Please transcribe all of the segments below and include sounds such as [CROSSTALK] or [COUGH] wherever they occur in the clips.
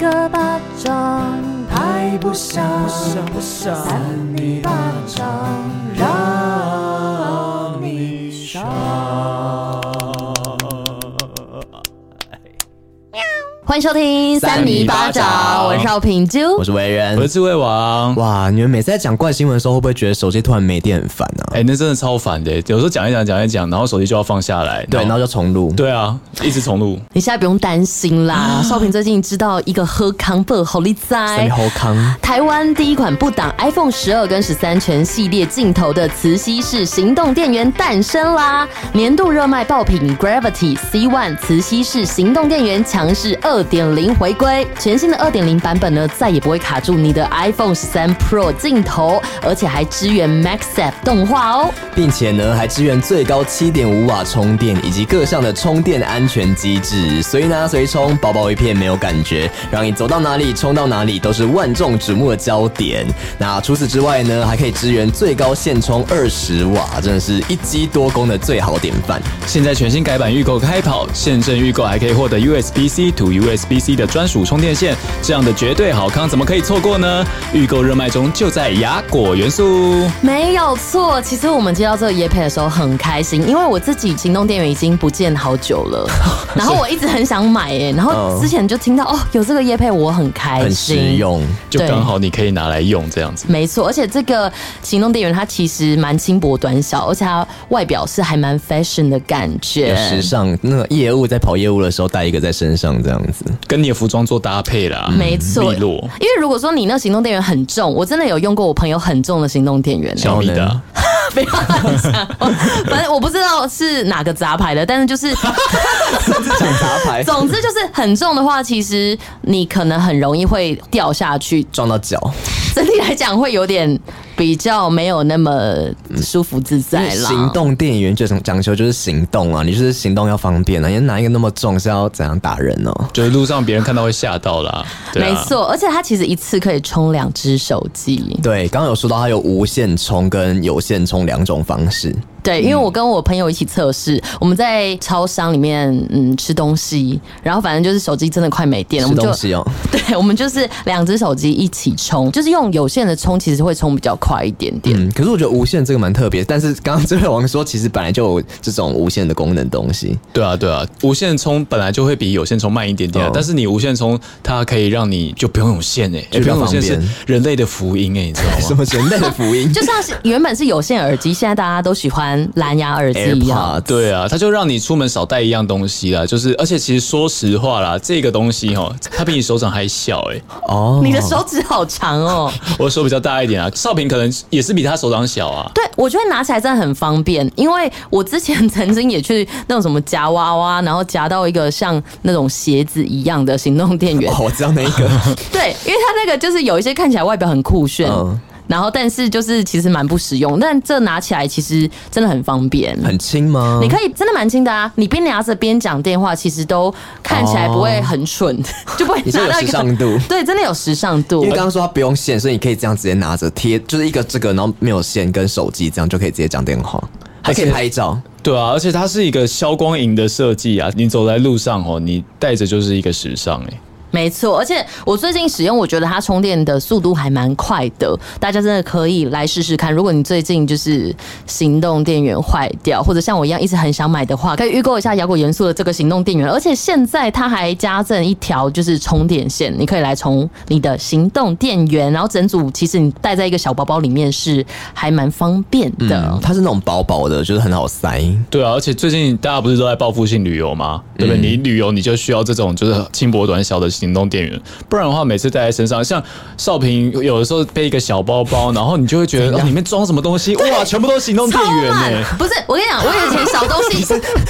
个巴掌拍不响，不想扇你巴掌让你爽。欢迎收听《三三米米巴巴掌掌》，我是邵品珠我。是维人我是。智慧王。哇，你们每次在讲怪新闻的时候，会不会觉得手机突然没电很烦啊？哎、那真的超烦的。有时候讲一讲，讲一讲，然后手机就要放下来。对，然后就重录。对啊，一直重录。你现在不用担心 [LAUGHS] 啦，少平最近知道一个喝康贝好利三哉米。后康，台湾第一款不挡 iPhone 十二跟十三全系列镜头的磁吸式行动电源诞生啦！年度热卖爆品 Gravity C One 磁吸式行动电源强势二点零回归，全新的二点零版本呢，再也不会卡住你的 iPhone 十三 Pro 镜头，而且还支援 MagSafe 动画哦。并且呢还支援最高七点五瓦充电以及各项的充电安全机制，随拿随充，薄薄一片没有感觉，让你走到哪里充到哪里都是万众瞩目的焦点。那除此之外呢，还可以支援最高线充二十瓦，真的是一机多功的最好典范。现在全新改版预购开跑，现正预购还可以获得 USB-C to USB-C 的专属充电线，这样的绝对好康怎么可以错过呢？预购热卖中，就在雅果元素。没有错，其实我们接到这个叶配的时候很开心，因为我自己行动电源已经不见好久 [LAUGHS] 了，然后我一直很想买耶，然后之前就听到哦有这个叶配，我很开嗯很实心。用，就对刚好你可以拿来用这样子。没错，而且这个行动电源它其实蛮轻薄短小，而且它外表是还蛮 fashion 的感觉有。时尚。那个业务在跑业务的时候带一个在身上，这样子。跟你的服装做搭配啦，没错，利因落，为如果说你那行动电源很重，我真的有用过我朋友很重的行动电源、欸，小米的然后啊，不要乱讲，反正我不知道是哪个杂牌的，但是就是想杂牌 [LAUGHS] 总之就是很重的话，其实你可能很容易会掉下去， [LAUGHS] 撞到脚，整体来讲会有点比较没有那么舒服自在啦。行动电源最讲求就是行动啊，你就是行动要方便啊，你拿一个那么重是要怎样打人哦？就是路上别人看到会吓到啦。对啊没，错，而且它其实一次可以充两只手机。对，刚刚有说到它有无线充跟有线充两种方式，对，因为我跟我朋友一起测试，我们在超商里面嗯吃东西，然后反正就是手机真的快没哎电了，我吃们就东西哦， [LAUGHS] 对，我们就是两只手机一起充，就是用有线的充，其实会充比较快一点点。嗯，可是我觉得无线这个蛮特别，但是刚刚这位王说，其实本来就有这种无线的功能东西，对啊，对啊，无线充本来就会比有线充慢一点点啊，嗯但是你无线充它可以让你就不用有线哎、欸，就比不较用有线方是便人类的福音哎、你知 [LAUGHS] 道什吗？么人类的福 [LAUGHS] 音就像是原本是有线耳机，现在大家都喜欢蓝牙耳机一样。 ，AirPods，对啊，它就让你出门少带一样东西啦，就是而且其实说实话啦，这个东西哈，它比你手掌还小 [LAUGHS] 哎、哦，你的手指好长哦，我手比较大一点啊，少平可能也是比他手掌小啊。 [LAUGHS] 对我觉得拿起来真的很方便，因为我之前曾经也去那种什么夹娃娃，然后夹到一个像那种鞋子一样的行动电源，哦，我知道那一 [LAUGHS] 个，对，因为它那个就是有一些看起来外表很酷炫，嗯然后但是就是其实蛮不实用，但这拿起来其实真的很方便，很轻吗？你可以真的蛮轻的啊，你边拿着边讲电话，其实都看起来不会很蠢， [LAUGHS] 就不会你说拿有到一个时尚度。对，真的有时尚度因为。刚刚说它不用线，所以你可以这样直接拿着贴，就是一个这个，然后没有线跟手机，这样就可以直接讲电话，还可以拍照。对啊，而且它是一个消光影的设计啊，你走在路上哦，你带着就是一个时尚哎、没错，而且我最近使用，我觉得它充电的速度还蛮快的，大家真的可以来试试看。如果你最近就是行动电源坏掉，或者像我一样一直很想买的话，可以预购一下摇滚元素的这个行动电源，而且现在它还加赠一条就是充电线，你可以来充你的行动电源，然后整组其实你带在一个小包包里面是还蛮方便的。嗯，它是那种薄薄的，就是很好塞。对啊，而且最近大家不是都在报复性旅游吗？对不对？你旅游你就需要这种就是轻薄短小的行动电源，不然的话每次带在身上，像少平有的时候背一个小包包，然后你就会觉得、哦、里面装什么东西，哇，全部都是行动电源欸呢、慢，不是我跟你讲，我以前小东 [LAUGHS] 西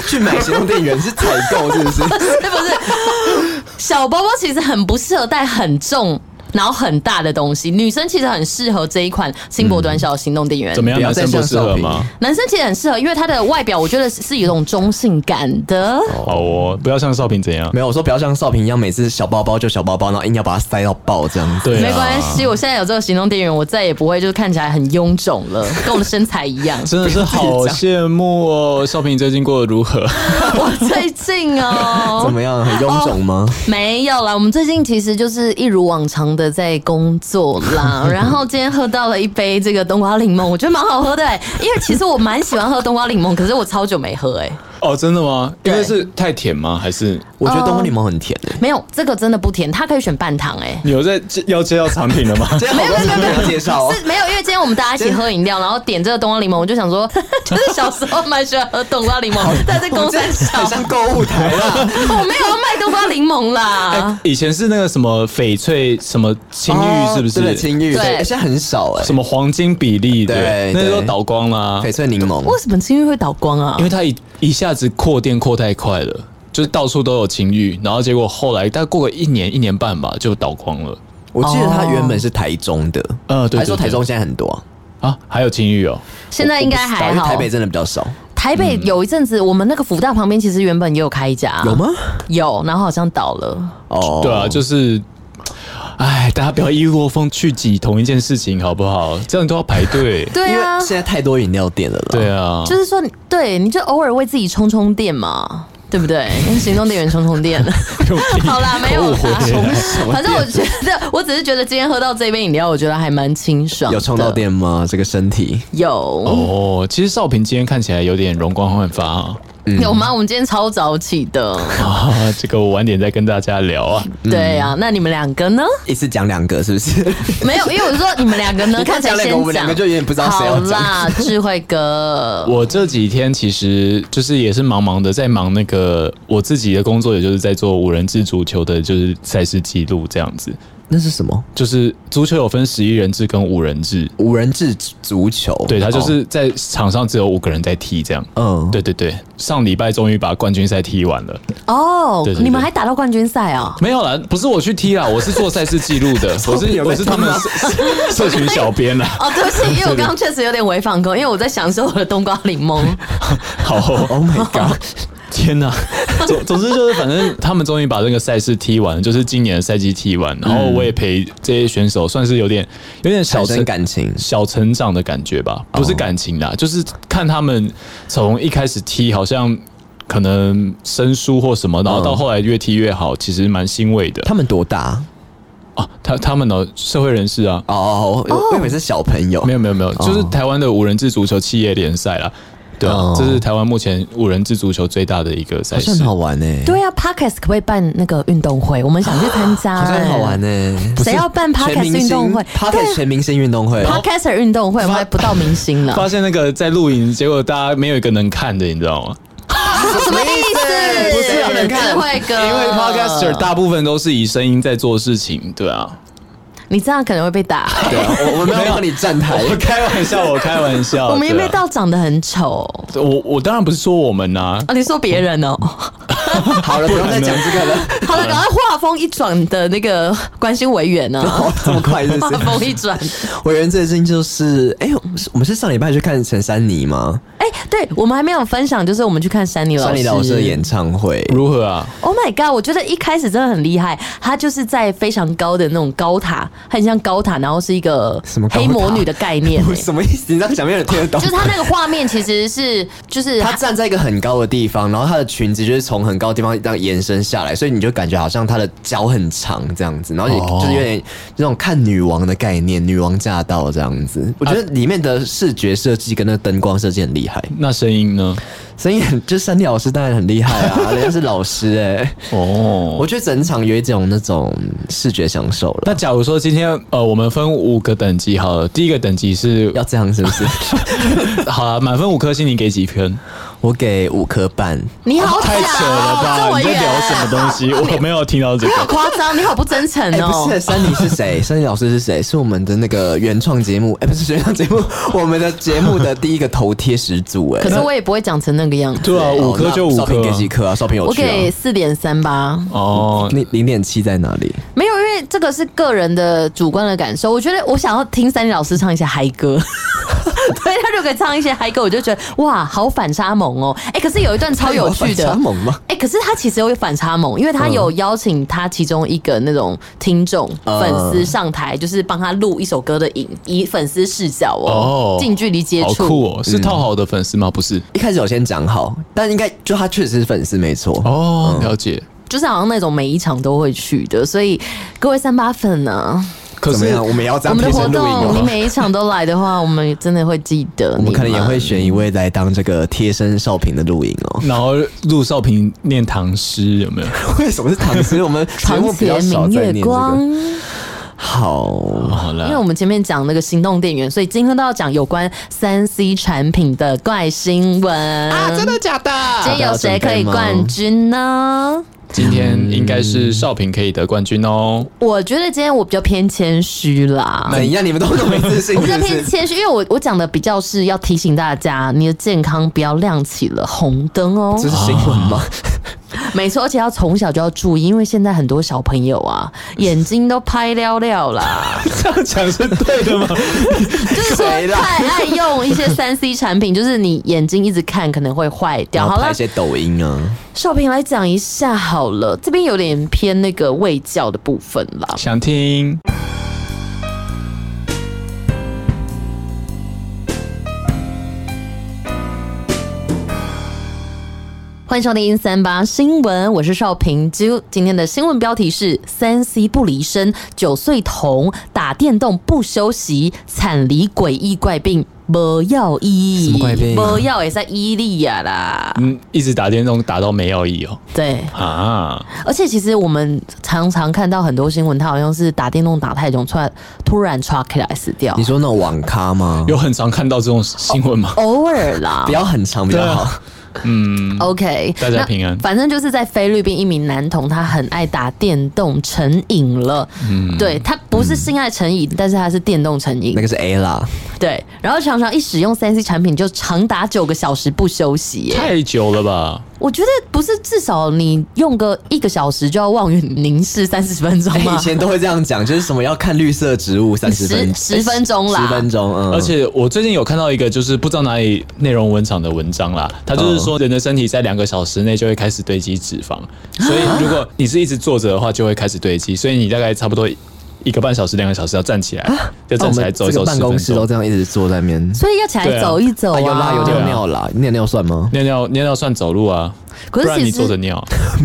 去买行动电源是采 [LAUGHS] 购，是不是？不是不是，小包包其实很不适合带很重然后很大的东西。女生其实很适合这一款轻薄短小的行动电源。怎么样，不要男再生不像适合少平吗？男生其实很适合，因为它的外表我觉得是有种中性感的。好哦，不要像少平怎样？ [LAUGHS] 没有，我说不要像少平一样，每次小包包就小包包，然后硬要把它塞到爆这样子。对啊。没关系，我现在有这个行动电源，我再也不会就是看起来很臃肿了，跟我的身材一样真的是好羡慕哦！少平，你最近过得如 [LAUGHS] 何？[LAUGHS] 我最近怎哦， [LAUGHS] 么样，很臃肿吗？没有啦，我们最近其实就是一如往常的在工作 [LAUGHS] 啦。然后今天喝到了一杯这个冬瓜柠檬，我觉得蛮好喝的、欸，因为其实我蛮喜欢喝冬瓜柠檬，可是我超久没喝哎、欸哦，真的吗？因对为是太甜吗？还是我觉得冬瓜柠檬很甜诶、没有这个真的不甜，它可以选半糖哎、欸你有在介要介绍产品了吗？这样好多产品要介绍哦。是 [LAUGHS] 没有，因为今天我们大家一起喝饮料，然后点这个冬瓜柠檬，我就想说， [LAUGHS] 就是小时候蛮喜欢喝冬瓜柠檬，但在公山小，很像购物台啊啦，我没有要卖冬瓜柠檬啦。以前是那个什么翡翠什么青玉，是不哦对，是？青玉，对诶现在很少哎、什么黄金比例的，对那时候对倒光啦翡，翠柠檬。 [LAUGHS] 为什么青玉会倒光啊因？为它一一下子扩店扩太快了。就是到处都有情欲，然后结果后来大概过个一年一年半吧，就倒光了我记得它原本是台中的，呃对对还说台对中现在很多啊、啊！还有情欲哦，现在应该因还为好啊台。北真的比较少，台北有一阵子，我们那个福大旁边其实原嗯本也有开一家，有吗？有，然后好像倒了。哦，对啊，就是，哎，大家不要一窝蜂去挤同一件事情，好不好？这样都要排队。对因为啊，现在太多饮料店了啦。对啊，就是说，对，你就偶尔为自己充充电嘛，对不对？用行动电源充充电。好啦，没有 [LAUGHS] 口误啦会。 [LAUGHS] 反正我觉得，我只是觉得今天喝到这杯饮料，我觉得还蛮清啊爽的。有冲到电啊吗？这个身体有、哦，其实少平今天看起来有点容光焕发啊。有吗？我们今天超早起的。啊， [LAUGHS] 这个我晚点再跟大家聊啊。对呀、啊，那你们两个呢？一次讲两个是不是？ [LAUGHS] 没有，因为我说你们两个呢，你看起来讲两先个，我们两个就有点不知道谁好要讲。啦，智慧 [LAUGHS] 哥，我这几天其实就是也是忙忙的，在忙那个我自己的工作，也就是在做五人制足球的，就是赛事记录这样子。那是什么？就是足球有分十一人制跟五人制，无人制足球？对，他就是在场上只有五个人在踢这样。哦嗯，对对对，上礼拜终于把冠军赛踢完了。哦对对对你们还打到冠军赛哦。没有啦，不是我去踢啦，我是做赛事记录的，我是我是他们的社社群小编啦。哦，对不 [LAUGHS] 起，因为我刚刚确实有点违反公，因为我在享受我的冬瓜柠檬。 [LAUGHS] 好，Oh 哦 my god！天哪，总总之就是，反正他们终于把那个赛事踢完了，就是今年的赛季踢完，然后我也陪这些选手，算是有点有点小产生成嗯感哦情。小成长的感觉吧，不是感情啦，就是看他们从一开始踢好像。可能生疏或什么，然后到后来越踢越好，其实蛮欣慰的。他们多大？啊，他他们呢，社会人士啊，哦，我我以为是小朋友没。有没有没有，就是台湾的五人制足球企业联赛啦。对啊，哦这是台湾目前五人制足球最大的一个赛好像事很。好玩 [LAUGHS] 呢、欸对啊 p a r k e s 可不可以办那个运动会？我们想去参 [LAUGHS] 加、哎好像很好玩欸呢、啊谁要办 Podcast 运动会啊 p o d c a s 全明星运动会 p a r k e s 运动 [LAUGHS] 会，我们还不到明星 [LAUGHS] 呢。 [LAUGHS] 发现那个在露营，结果大家没有一个能看的，你知道吗？什么意思不是是很能看 [LAUGHS] 智慧哥，因为 podcaster 大部分都是以声音在做事情，对啊。你这样可能会被打。对啊，我我没有帮你站台，我开玩笑，我开 [LAUGHS] 玩笑。我们也对没啊到长得很丑我我当然不是说我们呐、啊！你说别人哦？ [LAUGHS] 好了，不用再讲这个了， [LAUGHS] 好了，赶快画风一转的那个关心委员呢、啊？哦， [LAUGHS] 这么快是 [LAUGHS] 不画是？风一转，委员最近就是，哎、我们是上礼拜去看陈珊妮吗？ [LAUGHS] 哎、对我们还没有分享，就是我们去看珊妮老师。珊妮老师的演唱会，如何啊？ Oh my god！我觉得一开始真的很厉害，她就是在非常高的那种高塔，很像高塔，然后是一个什么高塔黑魔女的概念、 [LAUGHS] 我欸什么意思？你这样讲没有人听得懂就。是她那个画面其实是就是她站在一个很高的地方，然后她的裙子就是从很高的地方这样延伸下来，所以你就感觉好像她的脚很长这样子，然后也哦就是有点那种看女王的概念，女王驾到这样子。我觉得里面的视觉设计跟那个灯光设计很厉害，那声音呢？所以很就是珊妮老师当然很厉害啊，人家是老师哎、 [LAUGHS] 哦，我觉得整场有一种那种视觉享受了。那假如说今天呃，我们分五个等级好了，第一个等级 [LAUGHS] 是要这样是不 [LAUGHS] 是？好了，满分五颗星，你给几分？我给五颗半，你好假、啊太哦，扯了吧！郑你在委员聊 [LAUGHS] 什么东西？我没有听到这你好 [LAUGHS] 个。夸张，你好不真诚哎、哦！不是，珊妮是 [LAUGHS] 谁？珊妮老师是谁？是我们的那个原创节目，哎、不是原创节目，我们的节目的第一个头贴始祖、哎，哦可是我也不会讲成那个样子。对啊，五颗就五少颗平。给几颗啊？少平有我趣啊给？四点三八，哦，你零点七在哪里？没有，因为是这个是个人的主观的感受。我觉得我想要听三立老师唱一些嗨歌， [LAUGHS] 对他就可以唱一些嗨歌，我就觉得哇，好反差萌哦。哎、可是有一段超有趣的他有反差萌吗哎、可是他其实有反差萌，因为他有邀请他其中一个那种听众、嗯粉丝上台，就是帮他录一首歌的影，以粉丝视角哦哦，近距离接好触。酷哦！是套好的粉丝吗？不是一开始有先讲好，但应该就他确实是粉丝没错。哦，了解。就是好像那种每一场都会去的，所以各位三八粉呢、可怎么是样？我们也要这我样们的贴活身录影动，你哦。每一场都来的话，我们真的会记得我你们可能也吗会选一位来当这个贴身少平的录影 [LAUGHS] 哦。然后陆少平念唐诗有没有？为什么是唐诗？我们节床目比较前少明在月念这光，个。好，好因为了我，们前面讲那个行动电源，所以今天都要讲有关三 C 产品的怪新闻啊！真的假的？今天有谁可以冠军呢？今天应该是少平可以得冠军哦。我觉得今天我比较偏谦虚啦。怎样？你们都那么没自信，我比较是不偏是？谦虚，因为我我讲的比较是要提醒大家，你的健康不要亮起了红灯哦。这是新闻吗？没错，而且要从小就要注意，因为现在很多小朋友 [LAUGHS] 啊，眼睛都拍撩撩啦，这样讲是对的吗？就是说谁啦太爱用一些三 C 产品，就是你眼睛一直看可能会坏掉。然好后拍了一，些抖音啊，少平来讲一下好了，这边有点偏那个卫教的部分啦。 [LAUGHS] 想听欢迎收听三八新闻，我是少平。就今天的新闻标题是“三 C 不离身，九岁童打电动不休息，惨离诡异怪病”。不要医，什么怪病不要也在伊利亚啦。嗯，一直打电动打到没药医哦对，啊！而且其实我们常常看到很多新闻，他好像是打电动打太久，突然突然刷起来死掉你，说那种网咖吗？有很常看到这种新闻吗？偶尔啦不。要很长比较对啊好。嗯，哦 OK，大家那平安反正就是在菲律宾，一名男童他很爱打电动，成瘾了。对他不是性爱成瘾，但是他是电动成瘾嗯那。个是 A 啦，对，然后常常一使用三 C 产品就长达九个小时不休息耶。太久了吧？我觉得不是，至少你用个一个小时就要望远凝视三十分钟哎，以吗？前都会这样讲，就是什么要看绿色植物三十分十十分钟啦十分钟，嗯，而且我最近有看到一个，就是不知道哪里内容文场的文章啦，它就是嗯说人的身体在两个小时内就会开始堆积脂肪， [LAUGHS] 所以如果你是一直坐着的话，就会开始堆积，所以你大概差不多一个半小时、两个小时要站起来，啊就那站哦我起来们走这一走个办哦十公分室都钟。这样一直坐在那边，所以要起对来啊走一走啊有啊啦，有对尿啊尿啦，尿尿算 [LAUGHS] 吗？尿尿尿尿算走路啊，可不是然其你坐着实尿，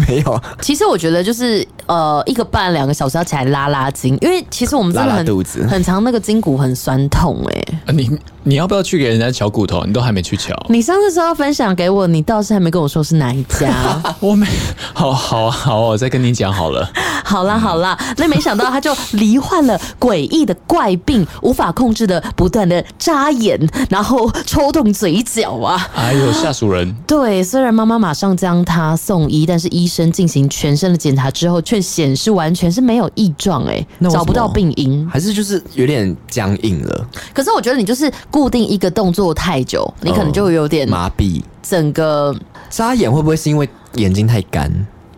没有，其实我觉得就是呃一个半两个小时要起来拉拉筋，因为其实我们真的拉拉很肚子很长那个筋骨很酸痛哎、啊你你要不要去给人家敲骨头？你都还 [LAUGHS] 没去敲，你上次说要分享给我，你倒是还没跟我说是哪一 [LAUGHS] 家。我没，好好啊好啊，我再跟你讲好了。好啦好啦，那没想到他就罹患了诡异的怪病，无法控制的不断的眨眼，然后抽动嘴角啊。哎呦，吓死人！对，虽然妈妈马上将他送医，但是医生进行全身的检查之后，却显示完全是没有异状、欸，那为什么找不到病因。还是就是有点僵硬了，可是我觉得你就是固定一个动作太久，你可能就有点哦麻痹。整个眨眼会不会是因为眼睛太干？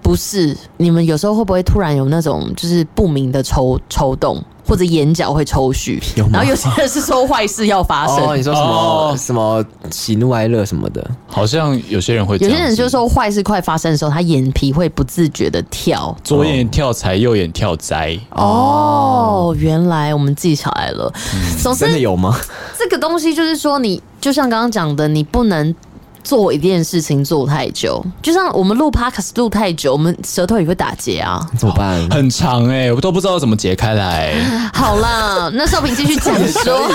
不是。你们有时候会不会突然有那种就是不明的抽抽动，或者眼角会抽搐有，吗然后有些人是说坏事要发生。哦，你说什么、哦什么喜怒哀乐什么的？好像有些人会这有样子，些人就说坏事快发生的时候，他眼皮会不自觉的跳。左眼跳财，右眼跳灾。哦，原来我们记起来了。总之真，的有吗？这个东西就是说你，就像刚刚讲的，你不能做一件事情做太久。就像我们录 podcast 录太久，我们舌头也会打结啊。 [LAUGHS] 怎么办？很长哎、我都不知道怎么解开来。 [LAUGHS] 好啦，那少平继续讲说。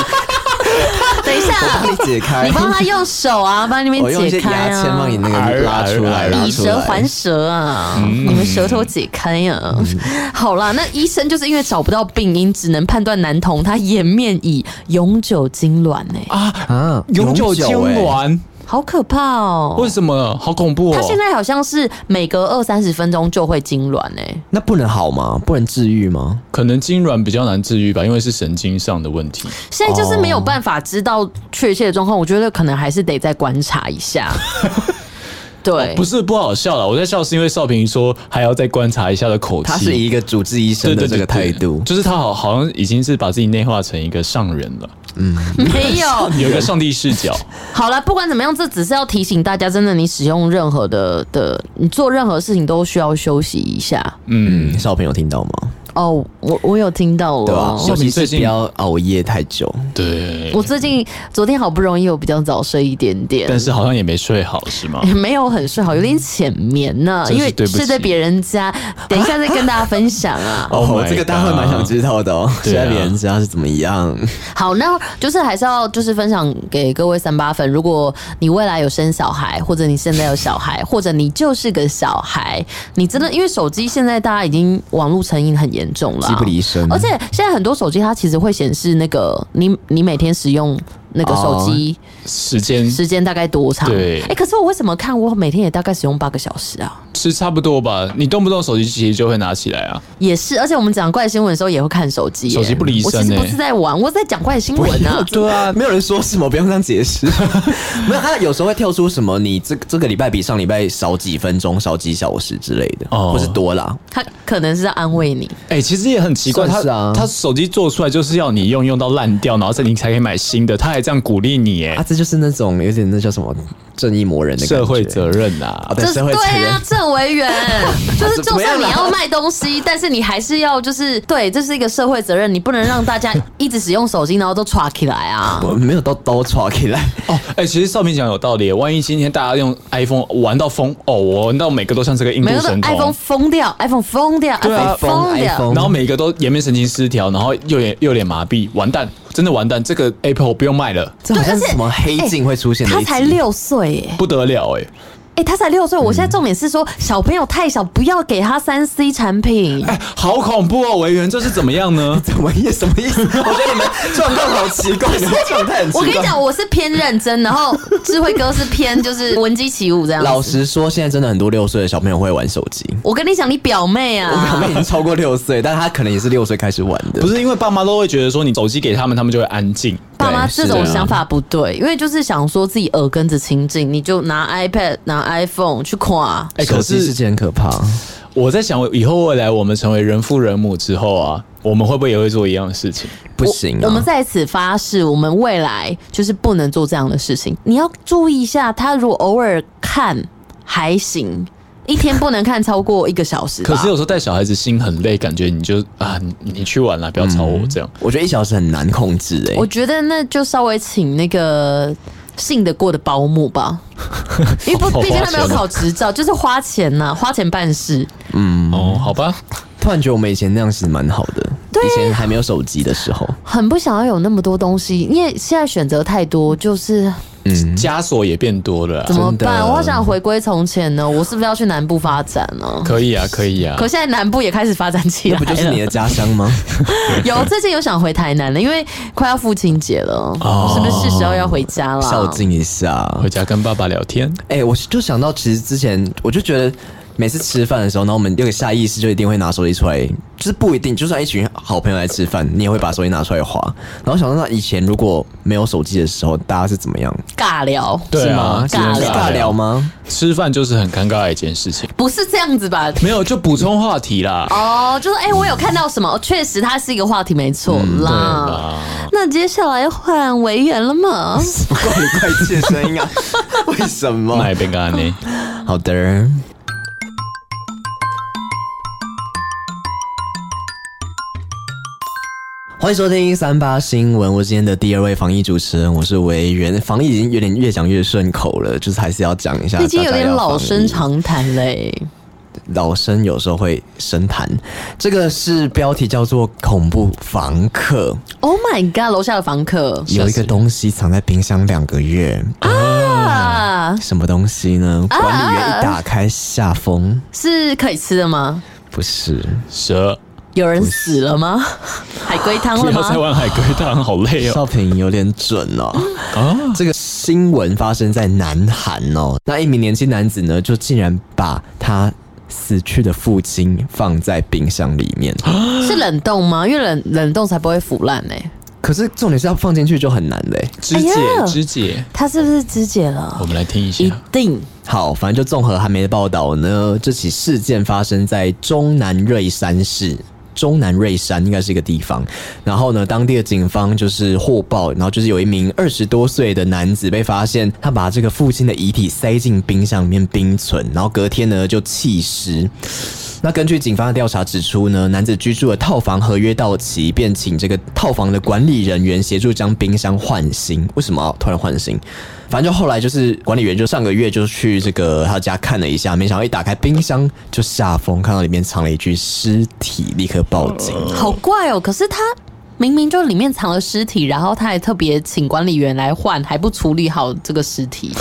等一帮下你，解开你，帮他用手啊，帮那我用边一些解开牙签啊帮。你那个拉出来，嗯哎拉以出舌还来。舌啊！你们舌头解开呀、嗯好啦，那医生就是因为找不到病因，只能判断男童他颜面已永久痉挛呢、啊，永久痉哎挛，好可怕哦、为什么？好恐怖哦！欸他现在好像是每隔二三十分钟就会痉挛欸呢、那不能好吗？不能治愈吗？可能痉挛比较难治愈吧，因为是神经上的问题。现在就是没有哦办法知道确切的状况，我觉得可能还是得再观察一下。 [LAUGHS] 对不是不好笑了，我在笑是因为少平说还要再观察一下的口气，他是以一个主治医生对的对这对个态度对，就是他好好像已经是把自己内化成一个上人了，嗯没有。 [LAUGHS] 有一个上帝 [LAUGHS] 视角。好了，不管怎么样，这只是要提醒大家，真的，你使用任何的的，你做任何事情都需要休息一下。嗯，少平有听到吗？哦，我我有听到对吧啊了？。尤其是最近不要熬夜太久，对，我最近昨天好不容易有比较早睡一点点，但是好像也没睡好，是吗？也 [LAUGHS] 没有很睡好，有点浅眠呢，真是因为对不起睡在别人家。等一下再跟大家分享啊。 Oh [LAUGHS] my 这个大家会蛮想知道的哦，现对啊在别人知道是怎么样，好，那就是还是要就是分享给各位三八粉，如果你未来有生小孩，或者你现在有小孩，或者你就是个小孩，你真的因为手机现在大家已经网络成瘾很严重了啊、机不离身，而且现在很多手机它其实会显示那个你你每天使用那个手机时间时间大概多长？哦嗯对哎、可是我为什么看我每天也大概使用八个小时啊？是差不多吧？你动不动手机其实就会拿起来啊，也是，而且我们讲怪新闻的时候也会看手机耶、手机不离身我其实不欸是在玩，我是在讲怪新闻啊。对啊，没有人说什么，不用这样解释。 [LAUGHS] 没有，他有时候会跳出什么，你这这个礼拜比上礼拜少几分钟、少几小时之类的，哦或是多啦。他可能是在安慰你。哎、其实也很奇怪，算是他啊他手机做出来就是要你用用到烂掉，然后再你才可以买新的，他还这样鼓励你，哎、啊，这就是那种有点那叫什么正义魔人的感觉社会责任啊啊，，对，这社会责对啊任，。郑维元就是，怎就么样算你啦要卖东西，但是你还是要就是对，这是一个社会责任，你不能让大家一直使用手机，然后都刷起来啊。我没有到刀叉起来，哦，哎、其实少平讲有道理，万一今天大家用 iPhone 玩到疯，哦，我玩到每个都像这个印度每个都神 iPhone 童。疯掉，iPhone 疯掉对啊，iPhone 疯 iPhone，iPhone 掉。然后每个都颜面神经失调，然后右眼右脸麻痹，完蛋，真的完蛋！这个 Apple 不用卖了，这好像而且什么黑镜会出现的他一集才，六岁耶，不得了哎、哎、他才六岁。我现在重点是说，小朋友太小，不要给他三 C 产品。哎好恐怖哦！维园这是怎么样呢 [LAUGHS] ？怎么意什么意 [LAUGHS] 思？我觉得你们状态好奇怪，你们状态很奇怪。我跟你讲，我是偏认真，然后智慧哥是偏就是闻鸡起舞这样老子。实说，现在真的很多六岁的小朋友会玩手机。我跟你讲，你表妹我表啊，妹已经超过六岁，但她可能也是六岁开始玩的。不是因为爸妈都会觉得说你手机给他们，他们就会安静。爸妈对这种是啊想法不对，因为就是想说自己耳根子清净，你就拿 iPad、拿 iPhone 去夸。哎、手可机是件很可怕。我在想，以后未来我们成为人父人母之后啊，我们会不会也会做一样的事情？不行、啊我。我们在此发誓，我们未来就是不能做这样的事情。你要注意一下，他如果偶尔看还行，一天不能看超过一个小时吧。可是有时候带小孩子心很累，感觉你就啊，你你去玩啦，不要吵我这样。我觉得一小时很难控制哎、我觉得那就稍微请那个信得过的保姆 [LAUGHS] 吧，因为不，毕竟他没有考执照，就是花钱呐、花钱办事。哦，好吧，突然觉得我们以前那样是蛮好的，啊以前还没有手机的 [LAUGHS] 时候，很不想要有那么多东西，因为现在选择太多，就是枷锁也变多了啊、怎么真办？的我好想回归从前呢，我是不是要去南部发展呢、可以啊，可以啊。可现在南部也开始发展起来那不就是你了。的家乡 [LAUGHS] 吗？有最近有想回台南了，因为快要父亲节了，是不是是时候要回家了？哦孝敬一下。回家跟爸爸聊天，哎、我就想到，其实之前我就觉得。每次吃饭的时候，然后我们有个下意识就一定会拿手机出来，就是不一定，就算一群好朋友来吃饭，你也会把手机拿出来划。然后想到那以前如果没有手机的时候，大家是怎么样？尬聊，对啊，是吗只是能尬尬聊吗？吃饭就是很尴尬的一件事情。不是这样子 [LAUGHS] 吧？没有，就补充话题啦。哦，就是哎、我有看到什么？哦确实，它是一个话题，没错对嗯啦。啦。那接下来换维园了吗？ [LAUGHS] 怪里怪气的 [LAUGHS] 声音啊？为什哦么？卖饼干呢？好的。欢迎收听三八新闻，我是今天的第二位防疫主持人，我是维园。防疫已经有点越讲越顺口了，就是还是要讲一下。已经有点大家要老生防疫常谈嘞、老生有时候会深谈。这个是标题叫做“恐怖房客 Oh my god！楼下的房客”，有一个东西藏在冰箱两个月，哎啊，什么东西呢？管理员一打开，吓疯。是可以吃的吗？不是，哦蛇，有人死了吗？海龟汤不了要再吗？玩海龟汤，好累哦。少平有点准哦。啊，这个新闻发生在南韩哦，那一名年轻男子呢，就竟然把他死去的父亲放在冰箱里面。是冷冻吗？因为冷冷冻才不会腐烂呢、可是重点是要放进去就很难嘞、欸肢哎解呀，肢解，他是不是肢解了哦我？们来听一一下。定好，反正就综合韩媒的报道呢，这起事件发生在中南瑞山市。中南瑞山应该是一个地方，然后呢，当地的警方就是获报，然后就是有一名二十多岁的男子被发现，他把这个父亲的遗体塞进冰箱里面冰存，然后隔天呢就弃尸。那根据警方的调查指出呢，男子居住的套房合约到期，便请这个套房的管理人员协助将冰箱换新。为什么要突然换新？反正就后来就是管理员就上个月就去这个他家看了一下，没想到一打开冰箱就吓疯，看到里面藏了一具尸体，立刻报警。好怪哦！可是他明明就里面藏了尸体，然后他还特别请管理员来换，还不处理好这个尸 [LAUGHS] 体，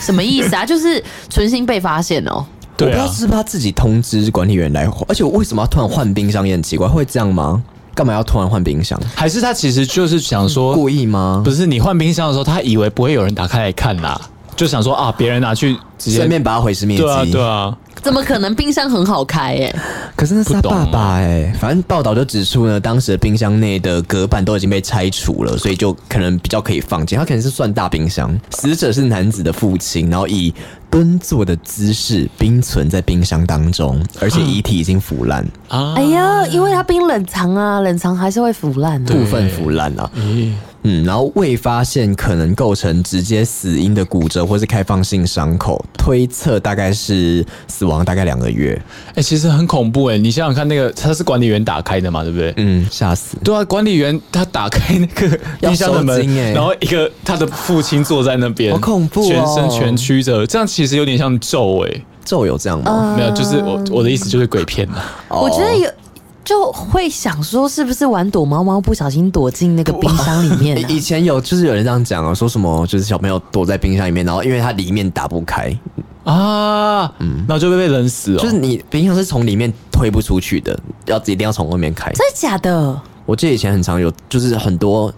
什么意思啊？就是存心被发现哦。我不对知道啊，是不是他自己通知管理员来换，而且我为什么要突然换冰箱也很奇怪，会这样吗？干嘛要突然换冰箱？还是他其实就是想说，故意吗？不是你换冰箱的时候，他以为不会有人打开来看啦，就想说啊，别人拿去直接顺便把它毁尸灭迹。对啊对啊，怎么可能冰箱很好开欸 [LAUGHS] 耶、可是那是他不懂爸啊爸哎、反正报道就指出呢，当时的冰箱内的隔板都已经被拆除了，所以就可能比较可以放进。他可能是算大冰箱。死者是男子的父亲，然后以蹲坐的姿势冰存在冰箱当中，而且遗体已经腐烂，啊哎呀，因为它冰冷藏啊，冷藏还是会腐烂啊的、部分腐烂了、咦嗯，然后未发现可能构成直接死因的骨折或是开放性伤口，推测大概是死亡大概两个月。哎、其实很恐怖哎、你想想看，那个他是管理员打开的嘛，对不对？嗯，吓死。对啊，管理员他打开那个要冰箱的收门，金欸然后一个他的父亲坐在那边，好恐怖哦全身全曲着，这样其实有点像咒哎、咒有这样吗？嗯没有，就是我我的意思就是鬼片啊，我觉得有。就会想说，是不是玩躲猫猫不小心躲进那哦个冰箱里面、 [LAUGHS] 啊哎以？以前有就是有人这样讲啊，说什么就是小朋友躲在冰箱里面，然后因为它里面打不开，嗯啊，然后就被被冷死哦，就是你冰箱是从里面推不出去的，要一定要从外面开。真的假的？我记得以前很常有，就是很多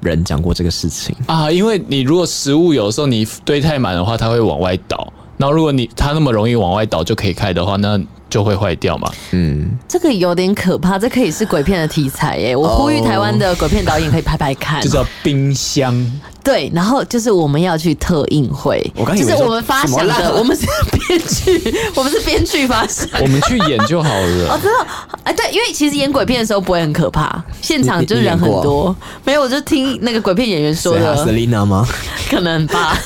人讲过这个事情。啊，因为你如果食物有时候你堆太满的话，它会往外倒，然后如果你它那么容易往外倒就可以开的话，那就会坏掉嘛。嗯，这个有点可怕，这可以是鬼片的题材耶、我呼吁哦台湾的鬼片导演可以拍拍看就。叫冰 [LAUGHS] 箱，对，然后就是我们要去特映会，我刚以就为是说我们发想什么啦 [LAUGHS] 的，我们是编剧， [LAUGHS] 我们是编剧发想。我们去演就好 [LAUGHS] 了。哎，对，因为其实演鬼片的时候不会很可怕，现场就是人很你你演多。没有，我就听那个鬼片演员说谁啊的， ？Selina [LAUGHS] 吗？可能吧。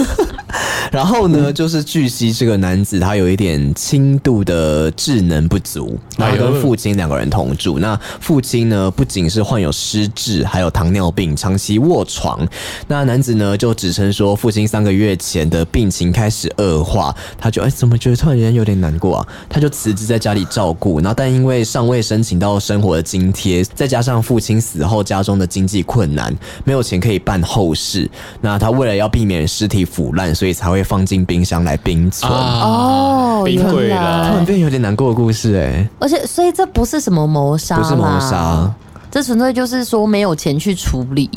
然后呢，就是据悉这个男子他有一点轻度的智能不足，然后哎呦跟父亲两个人同住。那父亲呢，不仅是患有失智，还有糖尿病，长期卧床。那男子呢，就指称说父亲三个月前的病情开始恶化，他就哎怎么觉得突然间有点难过啊？他就辞职在家里照顾，然后但因为尚未申请到生活的津贴，再加上父亲死后家中的经济困难，没有钱可以办后事，那他为了要避免尸体腐烂，所以才会放进冰箱来冰存。啊哦冰柜原啦来突然变有点难过的故事哎、而且，所以这不是什么谋杀啦，不是谋杀这纯粹就是说没有钱去处理，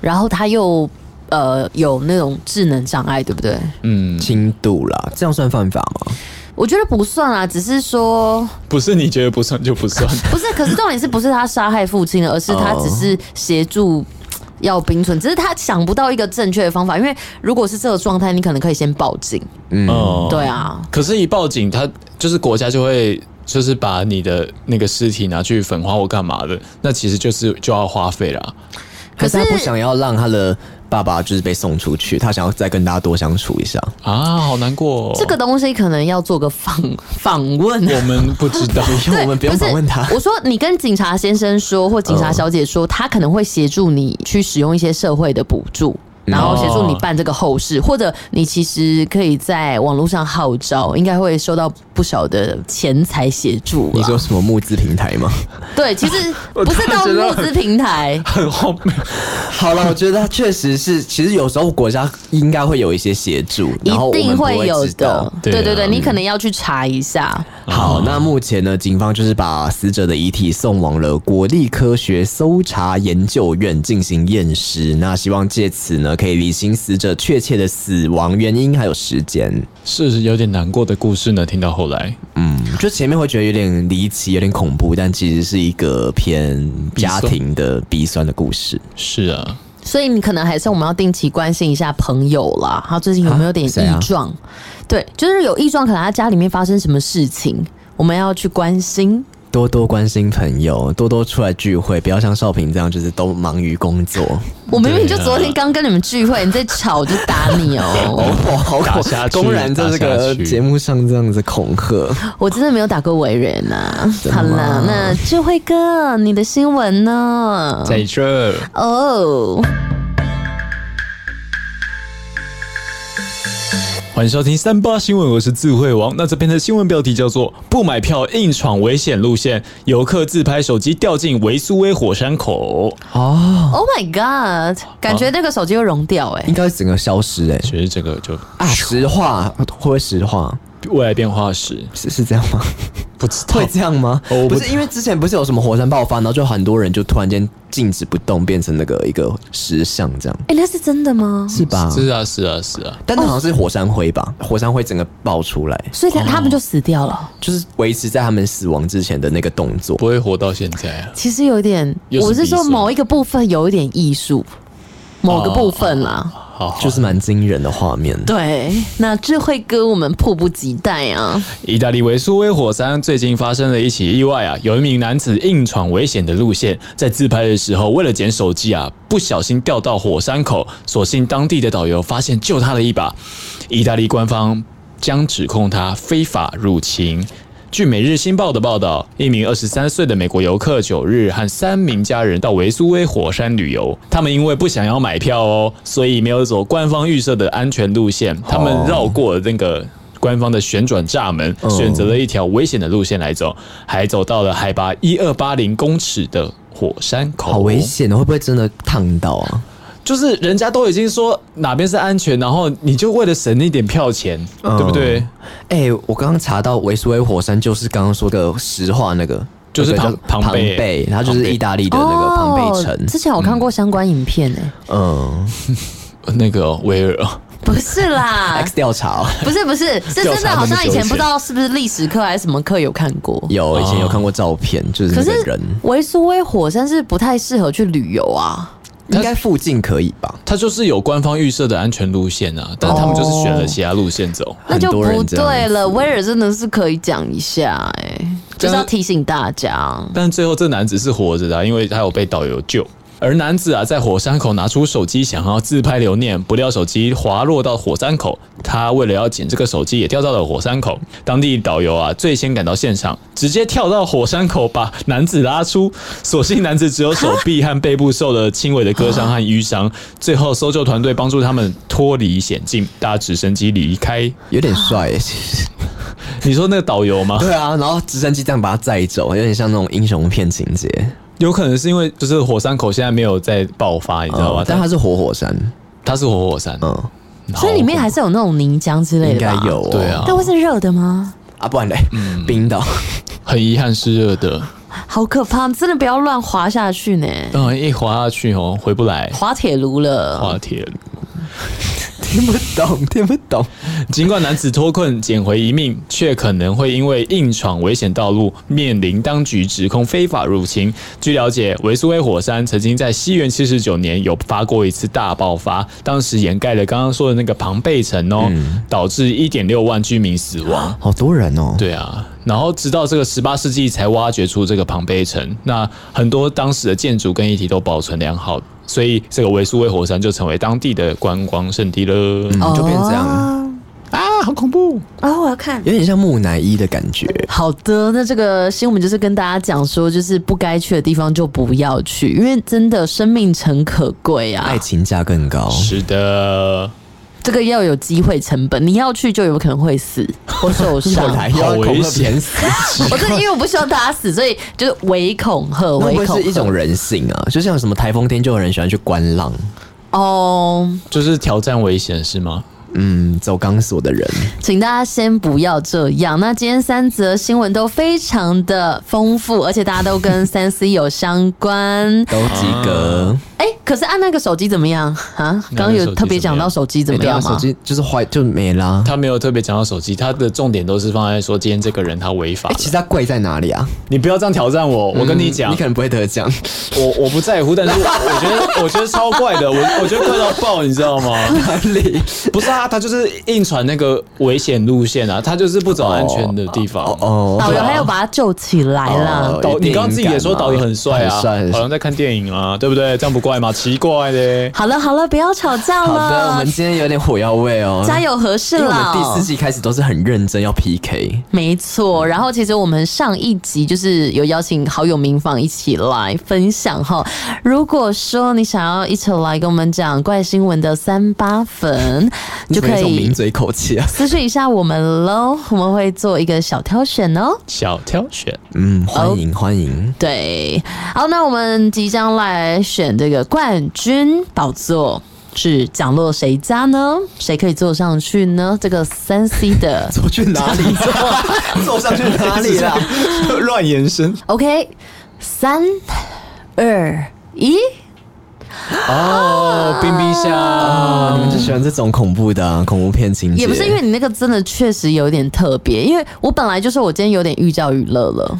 然后他又呃有那种智能障碍，对不对？嗯，轻度啦，这样算犯法吗？我觉得不算啊，只是说不是你觉得不算就不 [LAUGHS] 算，不是，可是重点是不是他杀害父亲了，而是他哦只是协助。要冰存，只是他想不到一个正确的方法，因为如果是这个状态，你可能可以先报警。嗯，哦，对。啊，可是，一报警，他就是国家就会就是把你的那个尸体拿去焚化或干嘛的，那其实就是就要花费啦。可是他可是不想要让他的爸爸就是被送出去，他想要再跟大家多相处一下。啊，好难过、哦。这个东西可能要做个访访问。我们不知道， [LAUGHS] 因为我们不用是访问他。哦我说你跟警察先生说，或警察小姐说，他可能会协助你去使用一些社会的补助。嗯然后协助你办这个后哦事，或者你其实可以在网络上号召，应该会收到不少的钱财协助啦。啊你说什么募资平台吗？对，其实我不是突然到觉得募资平台，很荒谬。 [LAUGHS] 好了，我觉得他确实是，其实有时候国家应该会有一些协助，一 [LAUGHS] 然后我们定不会有知的道。。对对对啊对，你可能要去查一下。好，那目前呢，警方就是把死者的遗体送往了国立科学搜查研究院进行验尸，那希望借此呢，可以理清死者确切的死亡原因还有时间。是有点难过的故事呢，听到后来嗯，就前面会觉得有点离奇，有点恐怖，但其实是一个偏家庭的鼻酸的故事。是啊，所以你可能还是我们要定期关心一下朋友啦，他最近有没有点啊谁啊异状？对，就是有异状，可能他家里面发生什么事情，我们要去关心。多多关心朋友，多多出来聚会，不要像少平这样，就是都忙于工作。我明明就对啊昨天刚跟你们聚会，你在吵，我就打 [LAUGHS] 你哦！哇，好打下去公然在这打个下去节目上这样子恐吓，我真的没有打过伟人啊。真的好吗了，那智慧哥，你的新闻呢？在这儿哦，欢迎收听三八新闻，我是智慧王。那这篇的新闻标题叫做“不买票硬闯危险路线，游客自拍手机掉进维苏威火山口哦， Oh my god！感觉那个手机又融掉哎、应该整个消失哎、”。其实这个就啊，实话会不会实话？未来变化史，是是这样 [LAUGHS] 吗？不知会道这样吗？哦我不不是，因为之前不是有什么火山爆发，然后就很多人就突然间静止不动，变成那个一个石像这样，哎、那是真的吗？是吧？ [LAUGHS] 是啊是啊是啊，但那好像是火山灰吧？火山灰整个爆出来，所以他他们就死掉了。就是维持在他们死亡之前的那个动作。不会活到现在啊。其实有点，又是我是说比赛某一个部分有一点艺术，某个部分啦。好，好就是蛮惊人的画面，对，哦那智慧哥，我们迫不及待啊！意大利维苏威火山最近发生了一起意外啊，有一名男子硬闯危险的路线，在自拍的时候，为了捡手机啊，不小心掉到火山口，所幸当地的导游发现救他了一把。意大利官方将指控他非法入侵。据《每日新报》的报道，一名二十三岁的美国游客九日和三名家人到维苏威火山旅游，他们因为不想要买票哦，所以没有走官方预设的安全路线，他们绕过了那个。官方的旋转闸门，哦选择了一条危险的路线来走，还走到了海拔一二八零公尺的火山口，好危险哦！会不会真的烫到啊？就是人家都已经说哪边是安全，然后你就为了省那点票钱，嗯对不对？哎、我刚刚查到维苏威火山就是刚刚说的石化那个，哦就是那个叫庞庞庞贝贝，它就庞是贝意大利的那个庞贝城。哦之前我看过相关影片欸诶、嗯那个威尔，不是 [LAUGHS] 啦， ，X 调查哦、不是不 [LAUGHS] 是，是真调的，查好那么像以久前以不知道是不是历史课还是什么课有看过。有以前有看过照片，就是可那是个人，维苏威火山是不太适合去旅游啊。应该附近可以吧？它就是有官方预设的安全路线啊，但是他们就是选了其他路线走。那就很多人不这样对了，威尔真的是可以讲一下哎、就是要提醒大家。但最后这男子是活着的啊、因为他有被导游救。而男子啊，在火山口拿出手机想要自拍留念，不料手机滑落到火山口，他为了要捡这个手机，也掉到了火山口。当地导游啊，最先赶到现场，直接跳到火山口把男子拉出，所幸男子只有手臂和背部受了轻微的割伤和淤伤。最后搜救团队帮助他们脱离险境，搭直升机离开。有点帅耶，其实你说那个导游吗？ [LAUGHS] 对啊，然后直升机这样把他载走，有点像那种英雄片情节，有可能是因为就是火山口现在没有在爆发，你知道吧？嗯但它是活火山，它是活火山，嗯，所以里面还是有那种泥浆之类应的该吧？有、哦，对啊嗯但会是热的吗？啊，不然嘞，冰岛， [LAUGHS] 很遗憾是热的，好可怕！真的不要乱滑下去呢，嗯，一滑下去哦，回不来。滑铁卢了。滑铁卢。听不懂，听不懂，尽管男子脱困捡回一命，却可能会因为硬闯危险道路，面临当局指控非法入侵。据了解，维苏威火山曾经在西元七十九年有发过一次大爆发，当时掩盖了刚刚说的那个庞贝城哦，导致一点六万居民死亡。好多人哦，对啊，然后直到这个十八世纪才挖掘出这个庞贝城，那很多当时的建筑跟遗体都保存良好，所以这个维苏威火山就成为当地的观光圣地了。嗯就变这样哦啊，好恐怖！哦，我要看。有点像木乃伊的感觉，好的，那这个新闻就是跟大家讲说，就是不该去的地方就不要去，因为真的生命诚可贵啊爱。情价更高，是的，这个要有机会成本，你要去就有可能会 [LAUGHS] 死或受伤。好要恐危吓别人险死。我真的因为我不希望大家死，所以就是唯恐吓，那会唯不恐会是一种吓人性啊？就像什么台风天，就有人喜欢去观浪，哦。就是挑战危险是吗？嗯，走钢索的人，请大家先不要这样。那今天三则新闻都非常的丰富，而且大家都跟三 C 有相关。 [LAUGHS] 都及格。啊哎、可是按那个手机怎么样啊？刚刚有特别讲到手机怎么对啊，样手吗？机就是坏就没啊啦。他没有特别讲到手机，他的重点都是放在说今天这个人他违法了哎，。其实它怪在哪里啊？嗯你不要这样挑战我，我跟你讲你可，能不会得奖。我我不在乎，但是我我觉得我觉得超怪的，我我觉得怪到爆，你知道吗？哪里？ [LAUGHS] 不是啊，他就是硬传那个危险路线啊，他就是不走安全的地方。哦哦，导游还有把他救起来啦哦。导，你刚刚自己也说导游很帅啊，很帅很帅好像在看电影啊，对不对？这样不怪吗？奇怪嘞。好了好了，不要吵架好的，我了们，今天有点火药味哦。加！油合适因为我们了。第四季开始都是很认真要 PK，没错，然后其实我们上一集就是有邀请好友民访一起来分享哈。如果说你想要一起来跟我们讲怪新闻的三八粉，就可有一种以抿嘴口气啊。私讯一下我们喽，我们会做一个小挑选哦。小挑选，嗯，欢迎欢迎。对，好，那我们即将来选这个冠军宝座。是奖落谁家呢？谁可以坐上去呢？这个三 C 的走去哪里？ [LAUGHS] 坐坐上去哪里啦？ [LAUGHS] 乱延伸 OK，三二一。哦，冰冰啊箱你们就喜欢这种恐怖的啊、恐怖片情节？也不是因为你那个真的确实有点特别，因为我本来就说我今天有点寓教于乐了，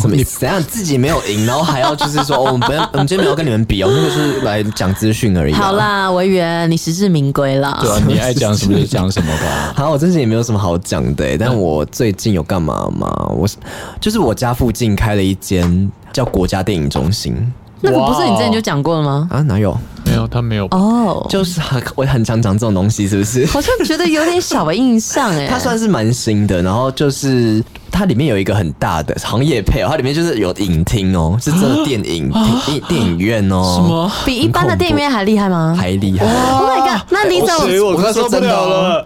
什么意思？怎样自己没有赢，然后还要就是说，哦，我们 [LAUGHS] 不要，我们今天没有跟你们比哦，那个是来讲资讯而已、啊好。啦，维园，你实至名归啦。对啊，你爱讲什么就讲什么吧。好，我最近也没有什么好讲的、欸但我最近有干嘛吗？我是就是我家附近开了一间叫国家电影中心那个不是哇哦你之前就讲过了吗？啊，哪有？ [LAUGHS] 没有，他没有。哦，就是很我很常讲这种东西，是不是？好像觉得有点小的印象 [LAUGHS] 哎、它算是蛮新的，然后就是它里面有一个很大的行业配哦，它里面就是有影厅哦，是真的电影电电影院哦，什么？比一般的电影院还厉害吗还厉害？ ？Oh my god！那你哦怎所以么？我快受不了了。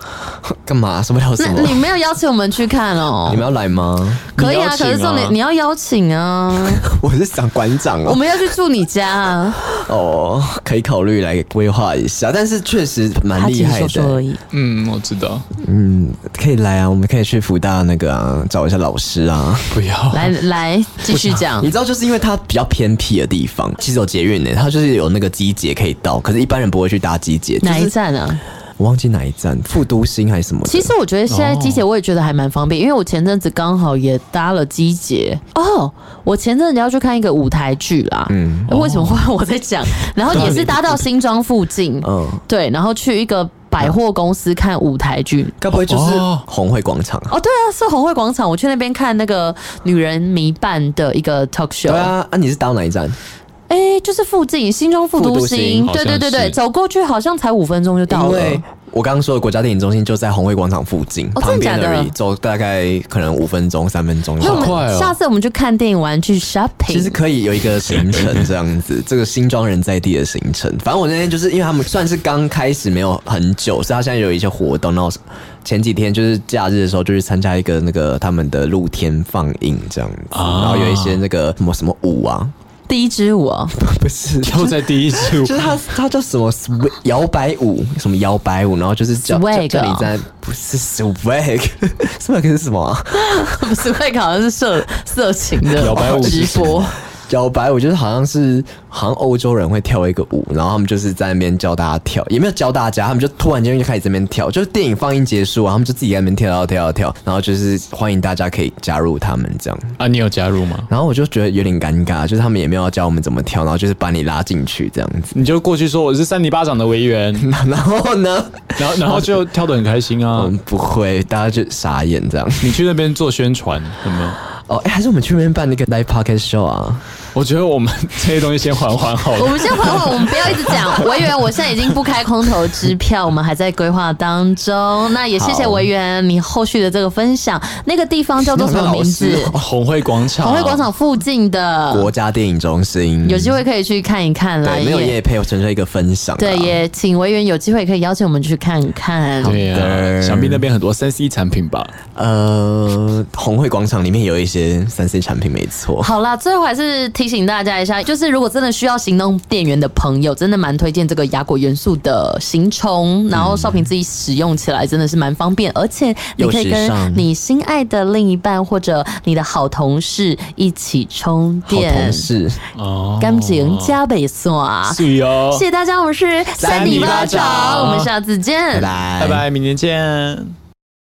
干嘛？什么聊什那么？你没有邀请我们去看哦 [LAUGHS] 你？们要来吗？可以你啊，邀请可啊是重点你要邀请啊，我是想馆长我哦，们要去住你家啊， [LAUGHS] 哦，可以考虑来规划一下，但是确实蛮厉害他只是说说而的，已。嗯，我知道。嗯，可以来啊，我们可以去福大那个啊，找一下老师啊。不 [LAUGHS] 要。来来，继续讲你。知道，就是因为它比较偏僻的地方，其实有捷运呢、它就是有那个机捷可以到，可是一般人不会去搭机捷。就哪一是站啊？我忘记哪一站，副都心还是什么的？其实我觉得现在机哦姐我也觉得还蛮方便，因为我前阵子刚好也搭了机姐哦。我前阵子要去看一个舞台剧啦，嗯，为什么会我在讲？然后也是搭到新庄附近，哦嗯，对，然后去一个百货公司看舞台剧。该不会就是哦红会广场？哦，对啊，是红会广场，我去那边看那个女人迷伴的一个 talk show。对啊，啊，你是搭哪一站？哎、就是附近新庄副副都都心心，对对对好像对，是走过去好像才五分钟就到因了。为我刚刚说的国家电影中心就在红会广场附近，哦旁真的假边的而已，走大概可能五分钟、三分钟就那我到了。好快们哦下次我们去看电影完去 shopping。其实可以有一个行程这样子，这个新庄人在地的行程。反正我那天就是因为他们算是刚开始没有很久，所以他现在有一些活动。然后前几天就是假日的时候，就去参加一个那个他们的露天放映这样子，然后有一些那个什么什么舞啊，第一支舞哦， [LAUGHS] 不是又在第一组就是他，他叫什么 swag 摇摆舞，什么摇摆舞，然后就是叫 Swag 叫叫你哦在不是 [LAUGHS] swag，swag 是什么啊？不是会好像是色色情的哦摇摆舞直 [LAUGHS] 播，摇摆舞就是好像是好像欧洲人会跳一个舞，然后他们就是在那边教大家跳，也没有教大家，他们就突然间就开始这边跳，就是电影放映结束啊，他们就自己在那边跳跳跳跳，然后就是欢迎大家可以加入他们这样。啊，你有加入吗？然后我就觉得有点尴尬，就是他们也没有要教我们怎么跳，然后就是把你拉进去这样子。你就过去说我是三里巴掌的维 [LAUGHS] 园，然后呢，然后然后就跳得很开心我嗯 [LAUGHS] 啊。们不会，大家就傻眼这样。你去那边做宣传有没有？哦，哎、还是我们去那边办那个 live podcast show 啊？我觉得我们这些东西先缓缓好我了。们先缓缓，我们不要一直讲。维园，我现在已经不开空头支票，我们还在规划当中。那也谢谢好维园你后续的这个分享。那个地方叫做什么名字那个老？红会广场，红会广，场附近的，国家电影中心嗯有机会可以去看一看啦。对，没有也夜配，我纯粹一个分享啊、对，也请维园有机会可以邀请我们去看看。对呀、的想必那边很多三 C 产品吧？呃，红会广场里面有一些三 C 产品，没错。好啦，最后还是提醒大家一下，就是如果真的需要行动电源的朋友，真的蛮推荐这个雅果元素的行充，然后少平自己使用起来真的是蛮方便，而且你可以又时跟尚你心爱的另一半或者你的好同事一起充好同电，事，哦感情加倍算。是哦，谢谢大家，我们是三里里巴巴掌，掌我们下次见，拜拜拜拜，明年见。